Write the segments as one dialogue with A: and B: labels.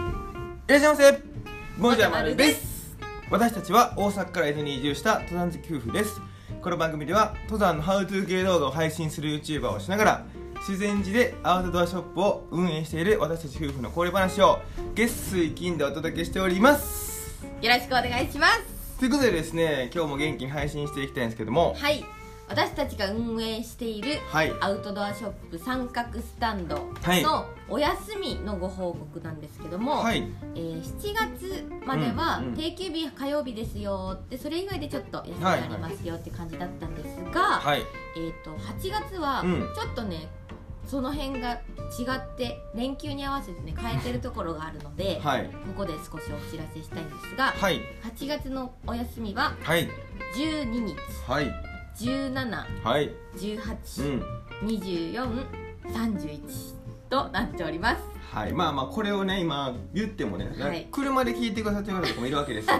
A: いらっしゃいませもじゃま
B: まる
A: る
B: で
A: です私たちは大阪から伊豆に移住した登山好き夫婦ですこの番組では登山のハウトゥー系動画を配信する YouTuber をしながら自然寺でアウトドアショップを運営している私たち夫婦の恒例話を月水金でお届けしております
B: よろしくお願いします
A: ということでですね今日も元気に配信していきたいんですけども
B: はい私たちが運営している
A: はい
B: アウトドアショップ三角スタンド
A: はい
B: のお休みのご報告なんですけども、
A: はい
B: えー7月までは
A: うんうん
B: 定休日火曜日ですよってそれ以外でちょっと休みありますよって感じだったんですが、
A: はい
B: えー、と8月は
A: うん
B: ちょっとね、その辺が違って連休に合わせてね変えてるところがあるので、
A: はい
B: ここで少しお知らせしたいんですが、
A: はい
B: 8月のお休みは
A: はい
B: 12日
A: はい
B: 1718、
A: はいうん
B: 24、31となっております。
A: はい、まあまあこれをね今言ってもね、
B: はい
A: 車で聞いてくださってる方とかもいるわけ ですよ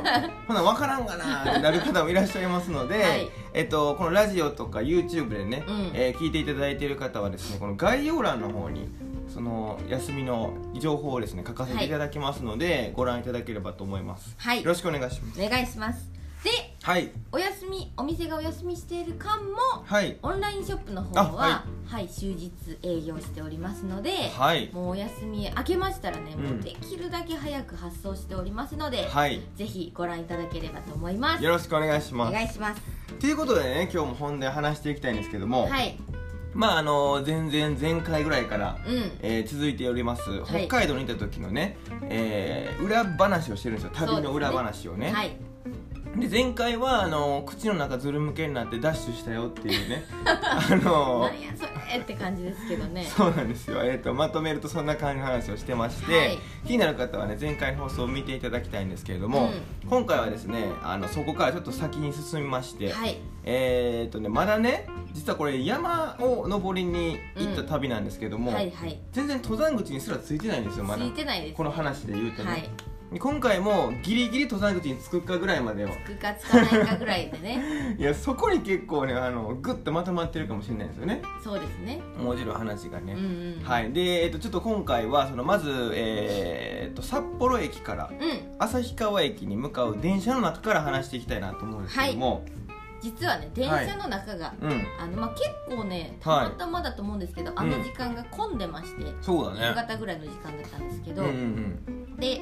A: ほな分からんがなーってなる方もいらっしゃいますので、
B: はい
A: えっと、このラジオとか YouTube でね、
B: うん
A: えー聞いていただいている方はですねこの概要欄の方にその休みの情報をですね書かせていただきますので、ご覧いただければと思います
B: はい
A: よ、ろしくお願いします
B: お願いします。で、
A: はい
B: お休みお店がお休みしている間も
A: はい
B: オンラインショップの方
A: あ
B: は、
A: は
B: はい、終日営業しておりますので、
A: はい
B: もうお休み明けましたらね、
A: うん
B: もうできるだけ早く発送しておりますので、
A: はい
B: ぜひご覧いただければと思います
A: よろしくお願いし
B: お
A: ます
B: 願いします
A: ということでね今日も本題話していきたいんですけども、
B: はい
A: まああの全然前回ぐらいから
B: うん
A: えー続いております
B: はい
A: 北海道にいた時のね、えー裏話をしてるんですよ旅の裏話をね
B: はい
A: で前回はあの口の中ずるむけになってダッシュしたよって いうねあの
B: なんやそれって感じですけどね
A: そうなんですよ、えー、とまとめるとそんな感じの話をしてまして、
B: はい
A: 気になる方はね前回の放送を見ていただきたいんですけれども、
B: う
A: 今回はですねあのそこからちょっと先に進みまして、
B: はい
A: えー、とねまだね実はこれ山を登りに行った旅なんですけども、
B: はいはい
A: 全然登山口にすらついてないんですよまだ
B: 聞いてないです、
A: この話で言うとね、
B: はい
A: 今回もギリギリ登山口に着くかぐらいまでを
B: つくかつかないかぐらいでね
A: いやそこに結構ねあのグッとまとまってるかもしれないですよね
B: そうですね
A: もちろん話が
B: う
A: ね、
B: んうん
A: はいで、えっと、ちょっと今回はそのまず、えーっと札幌駅から
B: うん
A: 旭川駅に向かう電車の中から話していきたいなと思うんですけども、
B: 実はね電車の中が、
A: うん
B: あのまあ、結構ねた
A: はい
B: またまだと思うんですけど、あの時間が混んでまして、
A: そう
B: 夕
A: だね
B: 方ぐらいの時間だったんですけ
A: う
B: ど、
A: んうん
B: で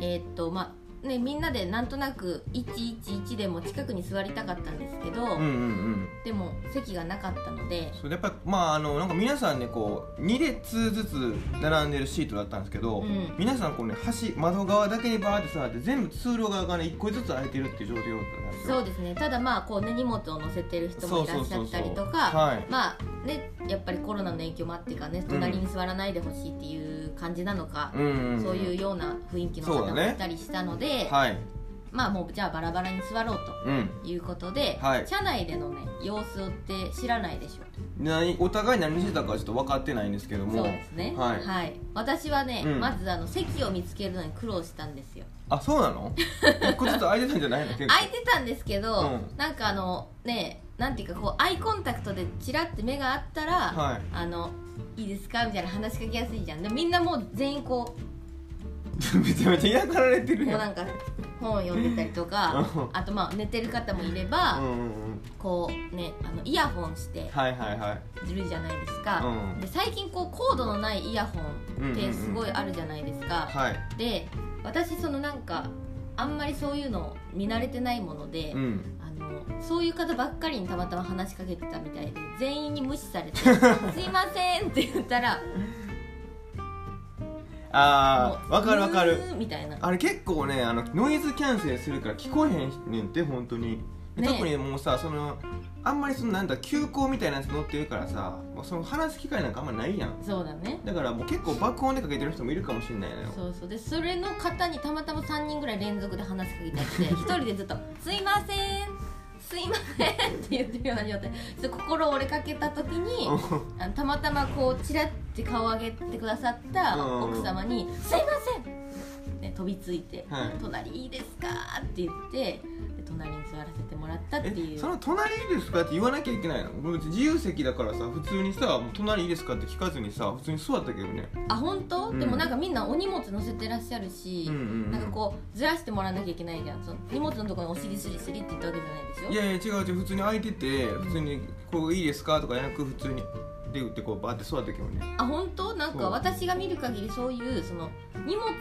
B: えーっとまあねみんなでなんとなく111でも近くに座りたかったんですけど、
A: うんうんうんうん
B: でも席がなかったので
A: そうやっぱりまああのなんか皆さんねこう2列ずつ並んでるシートだったんですけど、
B: うん
A: 皆さんこうね端窓側だけにバーって座って全部通路側がね1個ずつ空いてるっていう状況だったんですよ
B: そうですねただまあこうね荷物を載せてる人もいらっしゃったりとか
A: はい
B: まあねやっぱりコロナの影響もあってかね隣に座らないでほしいっていう感じなのか、
A: うんんん
B: そういうような雰囲気の
A: そう
B: 方
A: だ
B: も
A: ね
B: いたりしたので、
A: はい
B: まあもうじゃあバラバラに座ろう
A: うん
B: ということで、
A: はい
B: 車内でのね様子をって知らないでしょ
A: 何お互い何してたかはちょっと分かってないんですけども
B: そうですね
A: はい
B: 私はね、
A: うん
B: まずあの席を見つけるのに苦労したんですよ
A: あそうな の一個ずつ空いてたんじゃないの結構
B: 空いてたんですけど、
A: うん
B: なんかあのねなんていうかこうアイコンタクトでチラって目があったら、
A: はい
B: あのいいですかみたいな話しかけやすいじゃんでみんなもう全員こう
A: めちゃめちゃ嫌がられてる
B: こう
A: やん
B: なんか本読んでたりとか
A: うん
B: あとまあ寝てる方もいれば、
A: うんうんうん
B: こうねあのイヤホンして
A: はいはいはい
B: るじゃないですか、
A: うん
B: で最近こうコードのないイヤホンってすごいあるじゃないですか、
A: はい
B: で私そのなんかあんまりそういうの見慣れてないもので、
A: うん
B: あのそういう方ばっかりにたまたま話しかけてたみたいで全員に無視され て「すいません」って言ったら「
A: ああ
B: もう
A: 分かる分かる
B: うーんみたいな
A: あれ結構ねあのノイズキャンセルするから聞こえへんねんって本当に、
B: ね
A: 特にもうさそのあんまりそのなんだ急行みたいなやつ乗ってるからさもうその話す機会なんかあんまないやん
B: そうだね
A: だからもう結構爆音でかけてる人もいるかもしれないのよ
B: そうそうでそれの方にたまたま3人ぐらい連続で話しかけ てきて一人でずっと「すいませんすいません」って言ってるような状態そう心折れかけた時にあのたまたまこうチラッて顔を上げてくださった
A: うん
B: 奥様に「すいません」ね飛びついて「
A: はい
B: 隣いいですか?」って言ってで隣に座らせてもらったってい
A: え
B: う
A: その「隣いいですか?」って言わなきゃいけないの僕自由席だからさ普通にさ「もう隣いいですか?」って聞かずにさ普通に座ったけどね
B: あ本当、
A: うん
B: でもなんかみんなお荷物乗せてらっしゃるし、
A: うんうんうん
B: なんかこうずらしてもらわなきゃいけないじゃんその荷物のところにお尻スリスリって言ったわけじゃないでしょ
A: いやいや違う違う普通に空いてて普通に「こういいですか?」とかやなく普通にで打ってこうバーって座ったけどね
B: あ本当なん
A: そ
B: か
A: う
B: 私が見る限りそういうその荷物が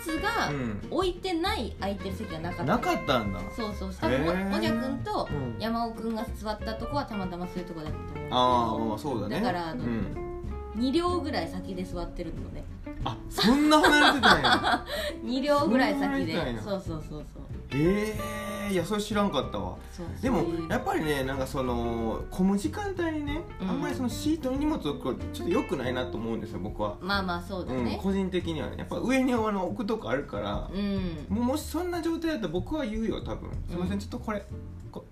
A: うん
B: 置いてない空いてる席はなかった、
A: なかったんだ
B: そうそう多分お
A: へー
B: おじゃくんと
A: うん
B: 山尾くんが座ったとこはたまたまそういうとこだったと思うんですけど
A: ああまあそうだね
B: だからあ
A: う
B: の
A: ん、
B: 2両ぐらい先で座ってるのね
A: あそんな離れてたんや
B: 2両ぐらい
A: そ
B: 先で
A: んなに近いの
B: そうそうそうそう
A: ええいやそれ知らんかったわ
B: そう
A: で
B: そ
A: も
B: ういう
A: やっぱりねなんかその混む時間帯にね、
B: うん
A: あんまりそのシートに荷物を置くってちょっと良くないなと思うんですよ僕は、
B: まあまあそうだ
A: うん、
B: ね
A: 個人的にはねやっぱ上にあの置くとこあるから
B: う、ん
A: もうもしそんな状態だったら僕は言うよ多分すいません、
B: うん
A: ちょっとこれこ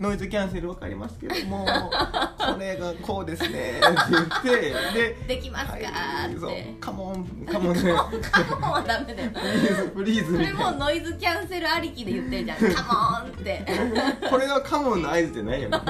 A: ノイズキャンセル分かりますけ どもこれがこうですねって言ってで
B: できますか
A: は
B: ー
A: い
B: っ
A: そう
B: て、
A: カモンカ モンね
B: カモンはダ メだよ
A: フリーズフリーズみ
B: それ
A: たい
B: も
A: な
B: うノイズキャンセルありきで言ってるじゃんカモンって
A: これがカモンの合図じゃないよね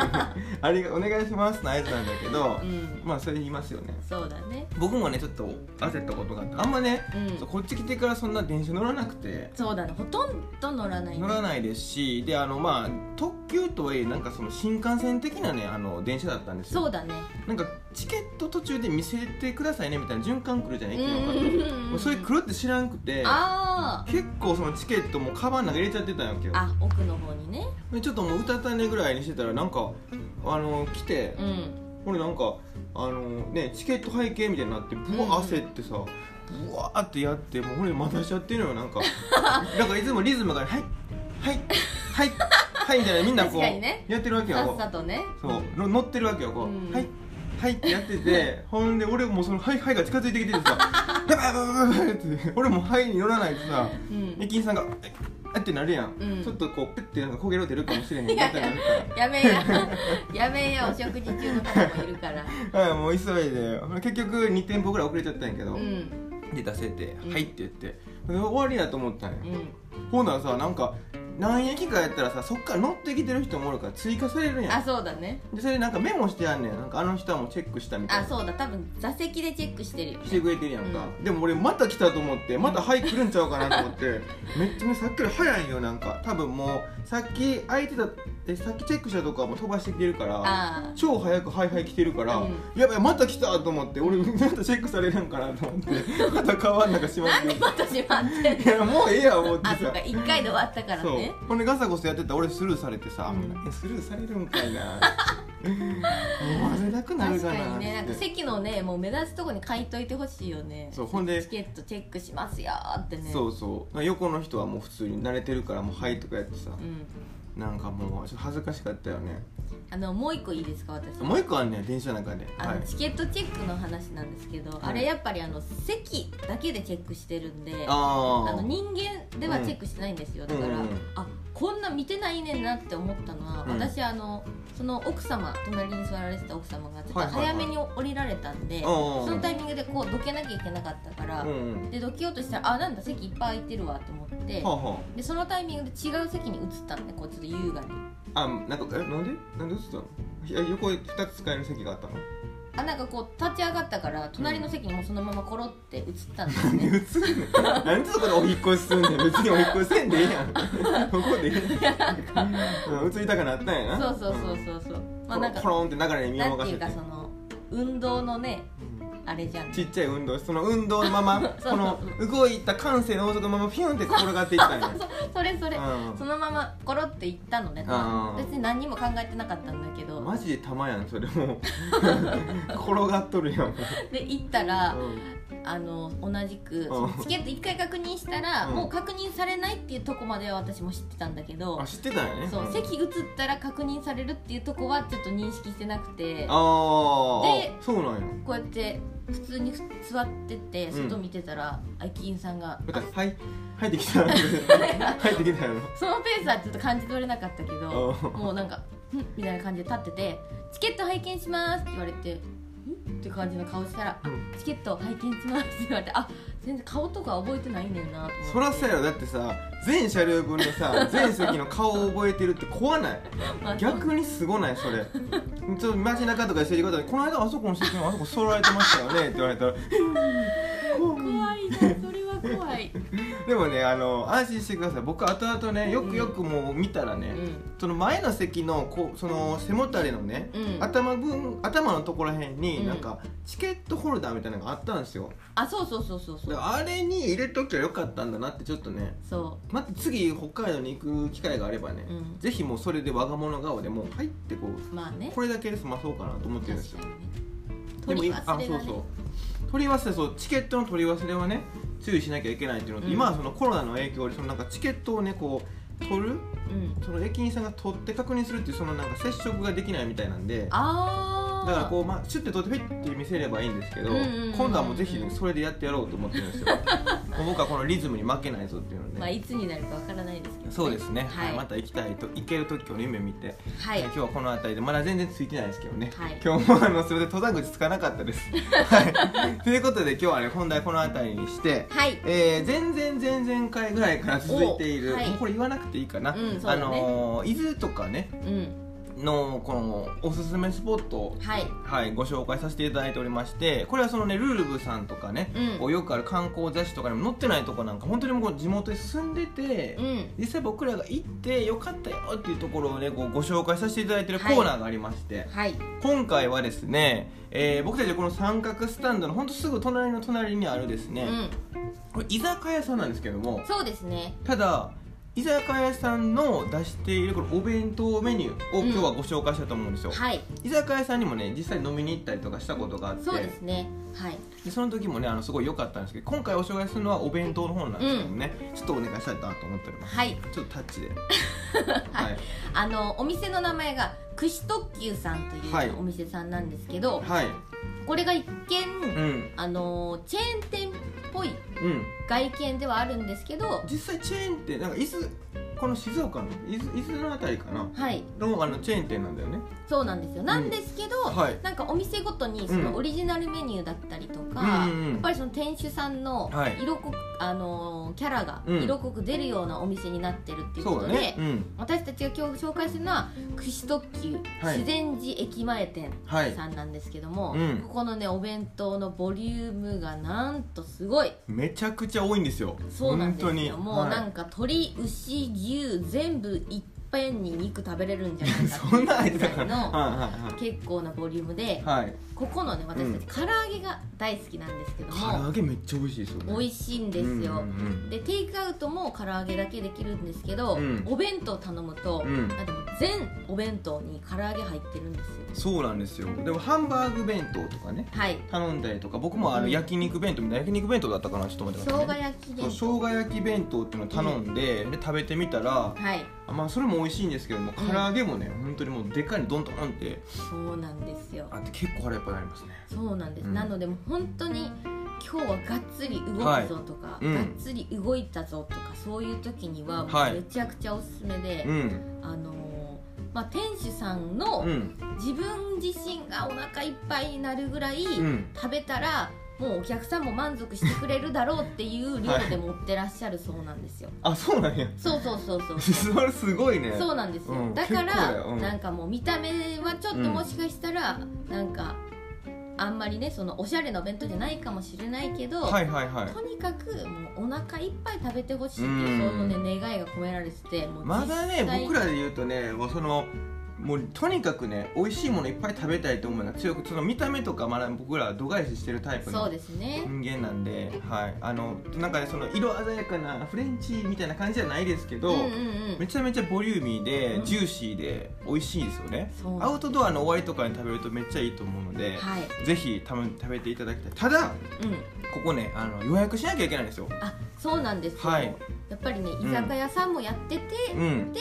A: あれがお願いしますの合図なんだけど
B: う、ん
A: まあそれ言いますよね
B: そうだね
A: 僕もねちょっと焦ったことがあってあんまね、
B: うん
A: そうこっち来てからそんな電車乗らなくて
B: そうだねほとんど乗らないね
A: 乗らないですしであのまあ特急とはいえなんかその新幹線的なねあの電車だったんですよ
B: そうだね
A: なんかチケット途中で見せてくださいねみたいな循環来るじゃない
B: うん
A: 駅
B: う
A: の
B: ん
A: 方
B: うん
A: もうそれ来るって知らんくて
B: あ
A: 結構そのチケットもカバンの中入れちゃってたんやけ
B: ー
A: ど
B: あ奥の方にね
A: でちょっともううたた寝ぐらいにしてたらなんかあの来て、
B: うん
A: 俺なんかあのねチケット背景みたいになってブワー焦ってさ、ブワーってやってもう俺またしちゃってるのよなんかなんかいつもリズムが「はいはいはいはい」みたいなみんなこ
B: 確かにね
A: うやってるわけよ
B: さっさとね
A: そうの乗ってるわけよこう、
B: うん
A: はいはいってやっててほんで俺もその「はいはい」が近づいてきててさ「やばいやばいやばいやばい」って俺も「はい」に乗らないとさ
B: うん
A: 駅員さんが「えっ」ってなるやん、
B: うん
A: ちょっとこうペッてなんか焦げろ出るかもしれへんみたいになるから
B: やめや やめやお食事中の方もいるから
A: はい、もう急いで結局2店舗ぐらい遅れちゃったんやけど、
B: うん
A: で出せて「
B: うん
A: はい」って言って、で終わりやと思ったんや、
B: うん
A: ほんならさなんか何駅かやったらさそっから乗ってきてる人もおるから追加されるや
B: あ
A: ん
B: そうだね
A: でそれでなんかメモしてあんねんなんかあの人はもうチェックしたみたい
B: あ
A: な
B: そうだ多分座席でチェックしてるよね
A: してくれてるやんか、でも俺また来たと思ってまた「はい」来るんちゃうかなと思 ってめっちゃさっきより早いよなんか多分もうさっき空いてたえさっきチェックしたとこはもう飛ばしてきてるから
B: あー
A: 超早くハイハイ来てるから、
B: うん
A: やばいまた来たと思って俺またチェックされるんかなと思ってまた川の中しまっ
B: なん
A: て
B: で私待ってん の
A: いやもうええや思って
B: あそう
A: さ
B: か1回で終わったから
A: そう
B: ね
A: ほんでガサゴソやってたら俺スルーされて さ、
B: うん
A: えスルーされるんかい なもう忘れたくなる
B: 確
A: か
B: か
A: な
B: にねなん
A: っ
B: か
A: て
B: 席のねもう目立つとこに書いといてほしいよね
A: そうほんで
B: チケットチェックしますよってね
A: そうそう横の人はもう普通に慣れてるからもう「はい」とかやってさ
B: うん
A: なんかもうちょっと恥ずかしかったよね
B: あのもう一個いいですか私
A: もう一個あんねん電車の中で
B: あ
A: は
B: の
A: い
B: チケットチェックの話なんですけど、
A: い
B: あれやっぱりあの席だけでチェックしてるんであ
A: あ
B: の
A: ー
B: 人間ではチェックしてないんですよ、だから、
A: うんうん
B: あこんな見てないねんなって思ったのは、
A: うん
B: 私あのその奥様隣に座られてた奥様がちょっと
A: はいはいはい
B: 早めに降りられたんで、
A: うんうん
B: そのタイミングでこうどけなきゃいけなかったから、
A: うんうん
B: でどけようとしたらあなんだ席いっぱい空いてるわと思って、
A: はあは
B: でそのタイミングで違う席に移ったんでこうちょっと優雅に
A: ああなんかえなんでなんで映ったのいや横2つ使える席があったの
B: あなんかこう立ち上がったから隣の席にもうそのままコロって移ったんですね、
A: 普通になんでそこでお引っ越しすんねん別にお引っ越しせんでええやんこ こでええやんうん移りたくなったんやな
B: そうそうそうそうそうまあなんか
A: コロンって流れに身を
B: なん
A: 任
B: てい
A: せ
B: う
A: て
B: かその運動のね
A: うん
B: あれじゃん
A: ちっちゃい運動その運動のまま
B: そう
A: この動いた感性の法則のままピュンって転がっていったんや
B: そそれそれ、
A: うん
B: そのままコロって行ったのね
A: あー
B: 別に何にも考えてなかったんだけど
A: マジで玉やんそれ もう転がっとるやんもう
B: で行ったら
A: うん
B: あの同じくそのチケット1回確認したら、
A: うん
B: もう確認されないっていうとこまでは私も知ってたんだけど
A: あ知ってたんやね
B: そう、
A: ん
B: 席移ったら確認されるっていうとこはちょっと認識してなくて
A: あー
B: で
A: あそうなんや
B: こうやって普通に座ってて
A: うん
B: 外見てたら、駅員さんが
A: またはい入ってき た入ってきたやろ
B: そのペースはちょっと感じ取れなかったけど
A: あー
B: もうなんか「ん」みたいな感じで立ってて「チケット拝見します」って言われて「って感じの顔したら「あ
A: うん
B: チケット拝見します」って言われてあ全然顔とか覚えてないねんなと思って
A: そらそうやろだってさ全車両分のさ全席の顔を覚えてるって怖ない
B: まあそう
A: 逆にすごないそれちょっと街中とかしてる方に「この間あそこの写真あそこ揃られてましたよね」って言われたら怖い
B: 怖いなそれは怖い、
A: でもねあの安心してください僕後々ねよくよくもう見たらね、
B: うん
A: その前の席のこうその背もたれのね、
B: うん
A: 頭分頭のところへん
B: う
A: に
B: ん
A: なんかチケットホルダーみたいなのがあったんですよ
B: あそうそうそうそうそ
A: だ
B: う
A: からあれに入れときゃよかったんだなってちょっとね
B: そ
A: また次北海道に行く機会があればね、
B: うん
A: ぜひもうそれで我が物顔でもう入ってこう
B: うまあね
A: これだけで済まそうかなと思ってるんです
B: 確
A: よ
B: かにね
A: で
B: 取
A: も
B: り
A: い
B: 忘れが
A: あそう
B: ね
A: そう取り忘れそうチケットの取り忘れはね注意しなきゃいけないっていうのと、
B: うん
A: 今はそのコロナの影響でそのなんかチケットをねこう取る
B: うん
A: その駅員さんが取って確認するっていうそのなんか接触ができないみたいなんでだ
B: ああ
A: からこう、まあ、シュッて取ってフィッて見せればいいんですけど、
B: うんうんうん
A: 今度はもうぜひねそれでやってやろうと思ってるん ですよもう僕はこのリズムに負けないぞっていうので、
B: まあいつになるかわからないですけど、
A: そうですね、
B: はい
A: はいまた行きたいと行ける時を夢見て、
B: はい
A: えー今日はこの辺りでまだ全然ついてないですけどね、
B: はい
A: 今日もあのすみません登山口つかなかったです、 はい、ということで今日はね本題この辺りにして
B: はい
A: えー、前々前々回ぐらいから続いている、
B: おはい
A: もうこれ言わなくていいかな、
B: うんそうだ
A: あ
B: ね
A: のー伊豆とかね
B: うん
A: のこのおすすめスポットを、
B: はい
A: はい、ご紹介させていただいておりましてこれはそのねルールブさんとかね、
B: うん
A: こうよくある観光雑誌とかにも載ってないとこなんか本当にもう地元に住んでて、
B: うん
A: 実際僕らが行ってよかったよっていうところをねこうご紹介させていただいてるコーナーがありまして、
B: はい
A: 今回はですね、えー僕たちこの三角スタンドのほんとすぐ隣の隣にあるですね、
B: う
A: これ居酒屋さんなんですけども
B: んそうですね
A: ただ居酒屋さんの出しているこのお弁当メニューを今日はご紹介したいと思うんですよ、
B: はい
A: 居酒屋さんにもね実際飲みに行ったりとかしたことがあって
B: そうですねはい
A: でその時もねあのすごい良かったんですけど今回お紹介するのはお弁当の方なんですけどもね、ちょっとお願いしたいなと思っております
B: はい
A: ちょっとタッチで
B: はいあのお店の名前が串特急さんという、
A: はい
B: お店さんなんですけど
A: はい
B: これが一
A: う
B: 見
A: ん
B: あのチェーン店っぽい
A: うん
B: 外見ではあるんですけど
A: 実際チェーン店なんか伊豆この静岡の伊豆伊豆のあたりかな
B: はい
A: のあのチェーン店なんだよね
B: そうなんですよなんですけど、
A: はい
B: なんかお店ごとにそ
A: うん
B: のオリジナルメニューだったりとか、
A: うんうんうん
B: やっぱりその店主さんの
A: はい
B: 色濃く、あのーキャラが
A: うん
B: 色濃く出るようなお店になってるっていう
A: そ
B: こ
A: う
B: と
A: だ
B: で、
A: ねうん
B: 私たちが今日紹介するのは串特急
A: はい
B: 自然寺駅前店
A: はい
B: さんなんですけども、
A: うん
B: ここのねお弁当のボリュームがなんとすごい
A: めちゃくちゃ多いんですよ
B: そうなんです
A: 本当に
B: よもう
A: はい
B: なんか鶏牛牛全部いっぺんに肉食べれるんじゃないかって
A: そんな
B: い
A: 相手
B: うぐ
A: だ
B: ら
A: か
B: い
A: ら
B: の
A: は
B: 結構なボリュームで
A: いはいはいはい
B: ここのね私たち唐揚げが大好きなんですけど
A: 唐揚
B: も
A: げめっちゃ美味しいですよね
B: 美
A: い
B: 味しいんですよ、でテイクアウトも唐揚げだけできるんですけど、
A: うん
B: お弁当頼むと、
A: うん
B: なんかもう全お弁当に唐揚げ入ってるんですよ
A: そうなんですよでもハンバーグ弁当とかね
B: はい
A: 頼んだりとか僕もあ
B: う
A: の
B: ん
A: 焼肉弁当みたいな焼肉弁当だったかなちょっと待って
B: 生
A: ください
B: 姜
A: ね
B: 焼き
A: そう
B: 弁
A: 生姜焼き弁当っていうのを頼んで,、で食べてみたら
B: 当はい
A: あまあそれも美味しいんですけども
B: う
A: 唐
B: ん
A: 揚げもね、本当にもうでっかいのドンとンって
B: そうなんですよ
A: あって結構腹いっぱいになりますね
B: そうなんです、
A: うん
B: なのでもう本当に今日はがっつり動くぞとか、
A: いうん
B: がっつり動いたぞとかそういう時にはも
A: はいう
B: めちゃくちゃおすすめで、
A: うん
B: あのーまあ、店主さんの、
A: うん
B: 自分自身がお腹いっぱいになるぐらい
A: うん
B: 食べたら、もうお客さんも満足してくれるだろうっていう量
A: はい
B: で持ってらっしゃるそうなんですよ、
A: あそうなんや
B: そうそうそうそう
A: それすごいね
B: そうなんですよ、
A: うん
B: だか
A: 結構だ
B: ら、
A: ようん
B: なんかもう見た目はちょっともしかしたら、なんかあんまりねそのおしゃれなお弁当じゃないかもしれないけど、
A: はいはいはい
B: とにかくもうお腹いっぱい食べてほしいって
A: う
B: い
A: ん
B: うそのね願いが込められててもう
A: まだね
B: 実際
A: 僕らで言うとねもうそのもうとにかくね美味しいものいっぱい食べたいと思うのが強くその見た目とかまだ僕らは度外視してるタイプ
B: そう
A: の
B: ですね、
A: 人間なんで、はい、あのなんかねその色鮮やかなフレンチみたいな感じじゃないですけど、
B: うんうんうん
A: めちゃめちゃボリューミーで、
B: うん
A: ジューシーで美味しいですよね
B: そう
A: アウトドアの終わりとかに食べるとめっちゃいいと思うので、
B: はい、
A: ぜひ食べ食べていただきたいただ
B: うん
A: ここねあの予約しなきゃいけないんですよ
B: あそうなんですよ、
A: はい
B: やっぱりね
A: ん
B: 居酒屋さんもやってて、
A: うん
B: で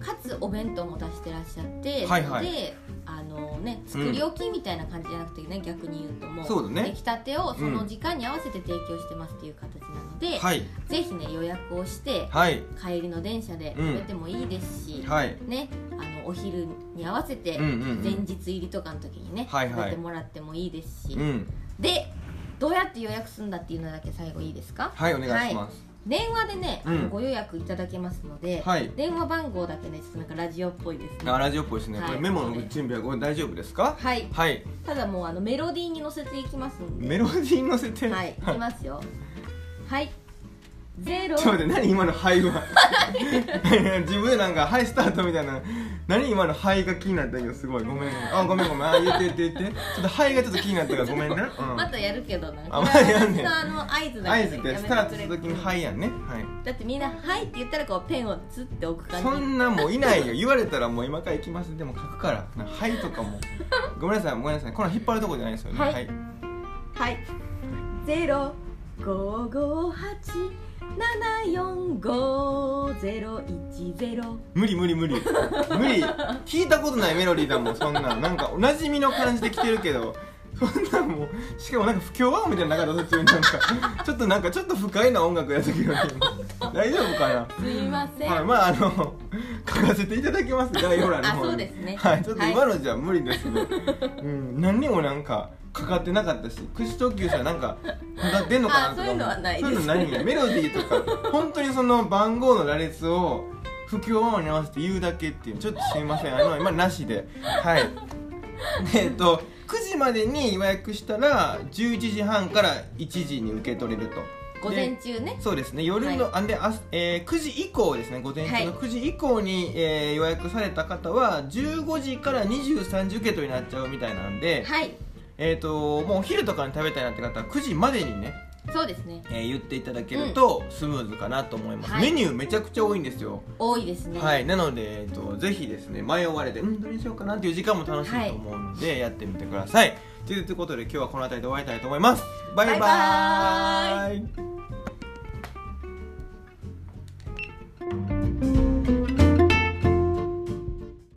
B: かつお弁当も出してらっしゃって、
A: はいはい
B: であのね作り置きみたいな感じじゃなくてね、逆に言うとも
A: そうだね
B: 出来たてをその時間に合わせて提供してますっていう形なので、
A: はい
B: ぜひね予約をして
A: はい
B: 帰りの電車で食べてもいいですし、
A: はい
B: ねあのお昼に合わせて
A: うんうんうん
B: 前日入りとかの時にね
A: はいはい
B: 食べてもらってもいいですし、
A: うん
B: でどうやって予約するんだっていうのだけ最後いいですか
A: はいお願いします
B: 電話でね、あ
A: う
B: の
A: ん
B: ご予約いただけますので、
A: はい
B: 電話番号だけねちょっとなんかラジオっぽいですね
A: あラジオっぽいですね
B: はい
A: これメモの準備はこれ大丈夫ですか
B: はい
A: はい
B: ただもうあのメロディーに乗せていきますんで
A: メロディーに乗せて
B: はいいきますよはいゼロ
A: ちょっと待って何今の肺 は自分でなんか「はいスタート」みたいな何今の肺が気になったけどすごいごめんあごめんごめんあ言って言って言ってちょっと肺がちょっと気になったからごめんな、うん、
B: またやるけどなんか
A: あまたやんねん
B: あの合図だ
A: 合
B: け
A: 図って
B: やめ
A: ス
B: て
A: ター
B: く
A: ト
B: れ
A: するときに「はい」やんねはい
B: だってみんな「はい」って言ったらこうペンをつって置く感じ
A: そんなもういないよ言われたらもう今から行きますでも書くからなはいとかもごめんなさいごめんなさいこの引っ張るとこじゃないですよね
B: はい
A: はい、
B: はいゼロ五五八七四五ゼロ一ゼロ
A: 無理無理無理無理聞いたことないメロディーだもんそんなんなんかおなじみの感じで来てるけどそんなんもうしかもなんか不協和音みたいな中で途中になんかちょっとなんかちょっと不快な音楽やったけど大丈夫かな
B: すいません、
A: はい、まああの 書かせていただきます概要欄の方に
B: あそうですね
A: はいちょっと
B: はい
A: 今のじゃ無理ですね、うん何にもなんかかかってなかったし口特急さんなんかかかってんのかなとかも
B: あそういうのはないです
A: そういうの何メロディーとか本当にその番号の羅列を不協和音に合わせて言うだけっていうちょっとすいませんあの今なしではいでえっと9時までに予約したら11時半から1時に受け取れると
B: 午
A: で
B: 前中ね
A: そうですね夜の、あんであ、えー9時以降ですね午前中の
B: は
A: 9時以降に、えー予約された方は15時から23時受け取りになっちゃうみたいなんで、
B: はい
A: えー、ともうお昼とかに食べたいなって方は9時までにね、
B: そうですね
A: えー言っていただけるとスムーズかなと思います、
B: はい
A: メニューめちゃくちゃ多いんですよ、
B: 多いですね
A: はいなので、えー、とぜひですね迷われてうんどれにしようかなっていう時間も楽しいと思うので、やってみてくださいということで今日はこの辺りで終わりたいと思いますバイバ
B: バイバ
A: ーイ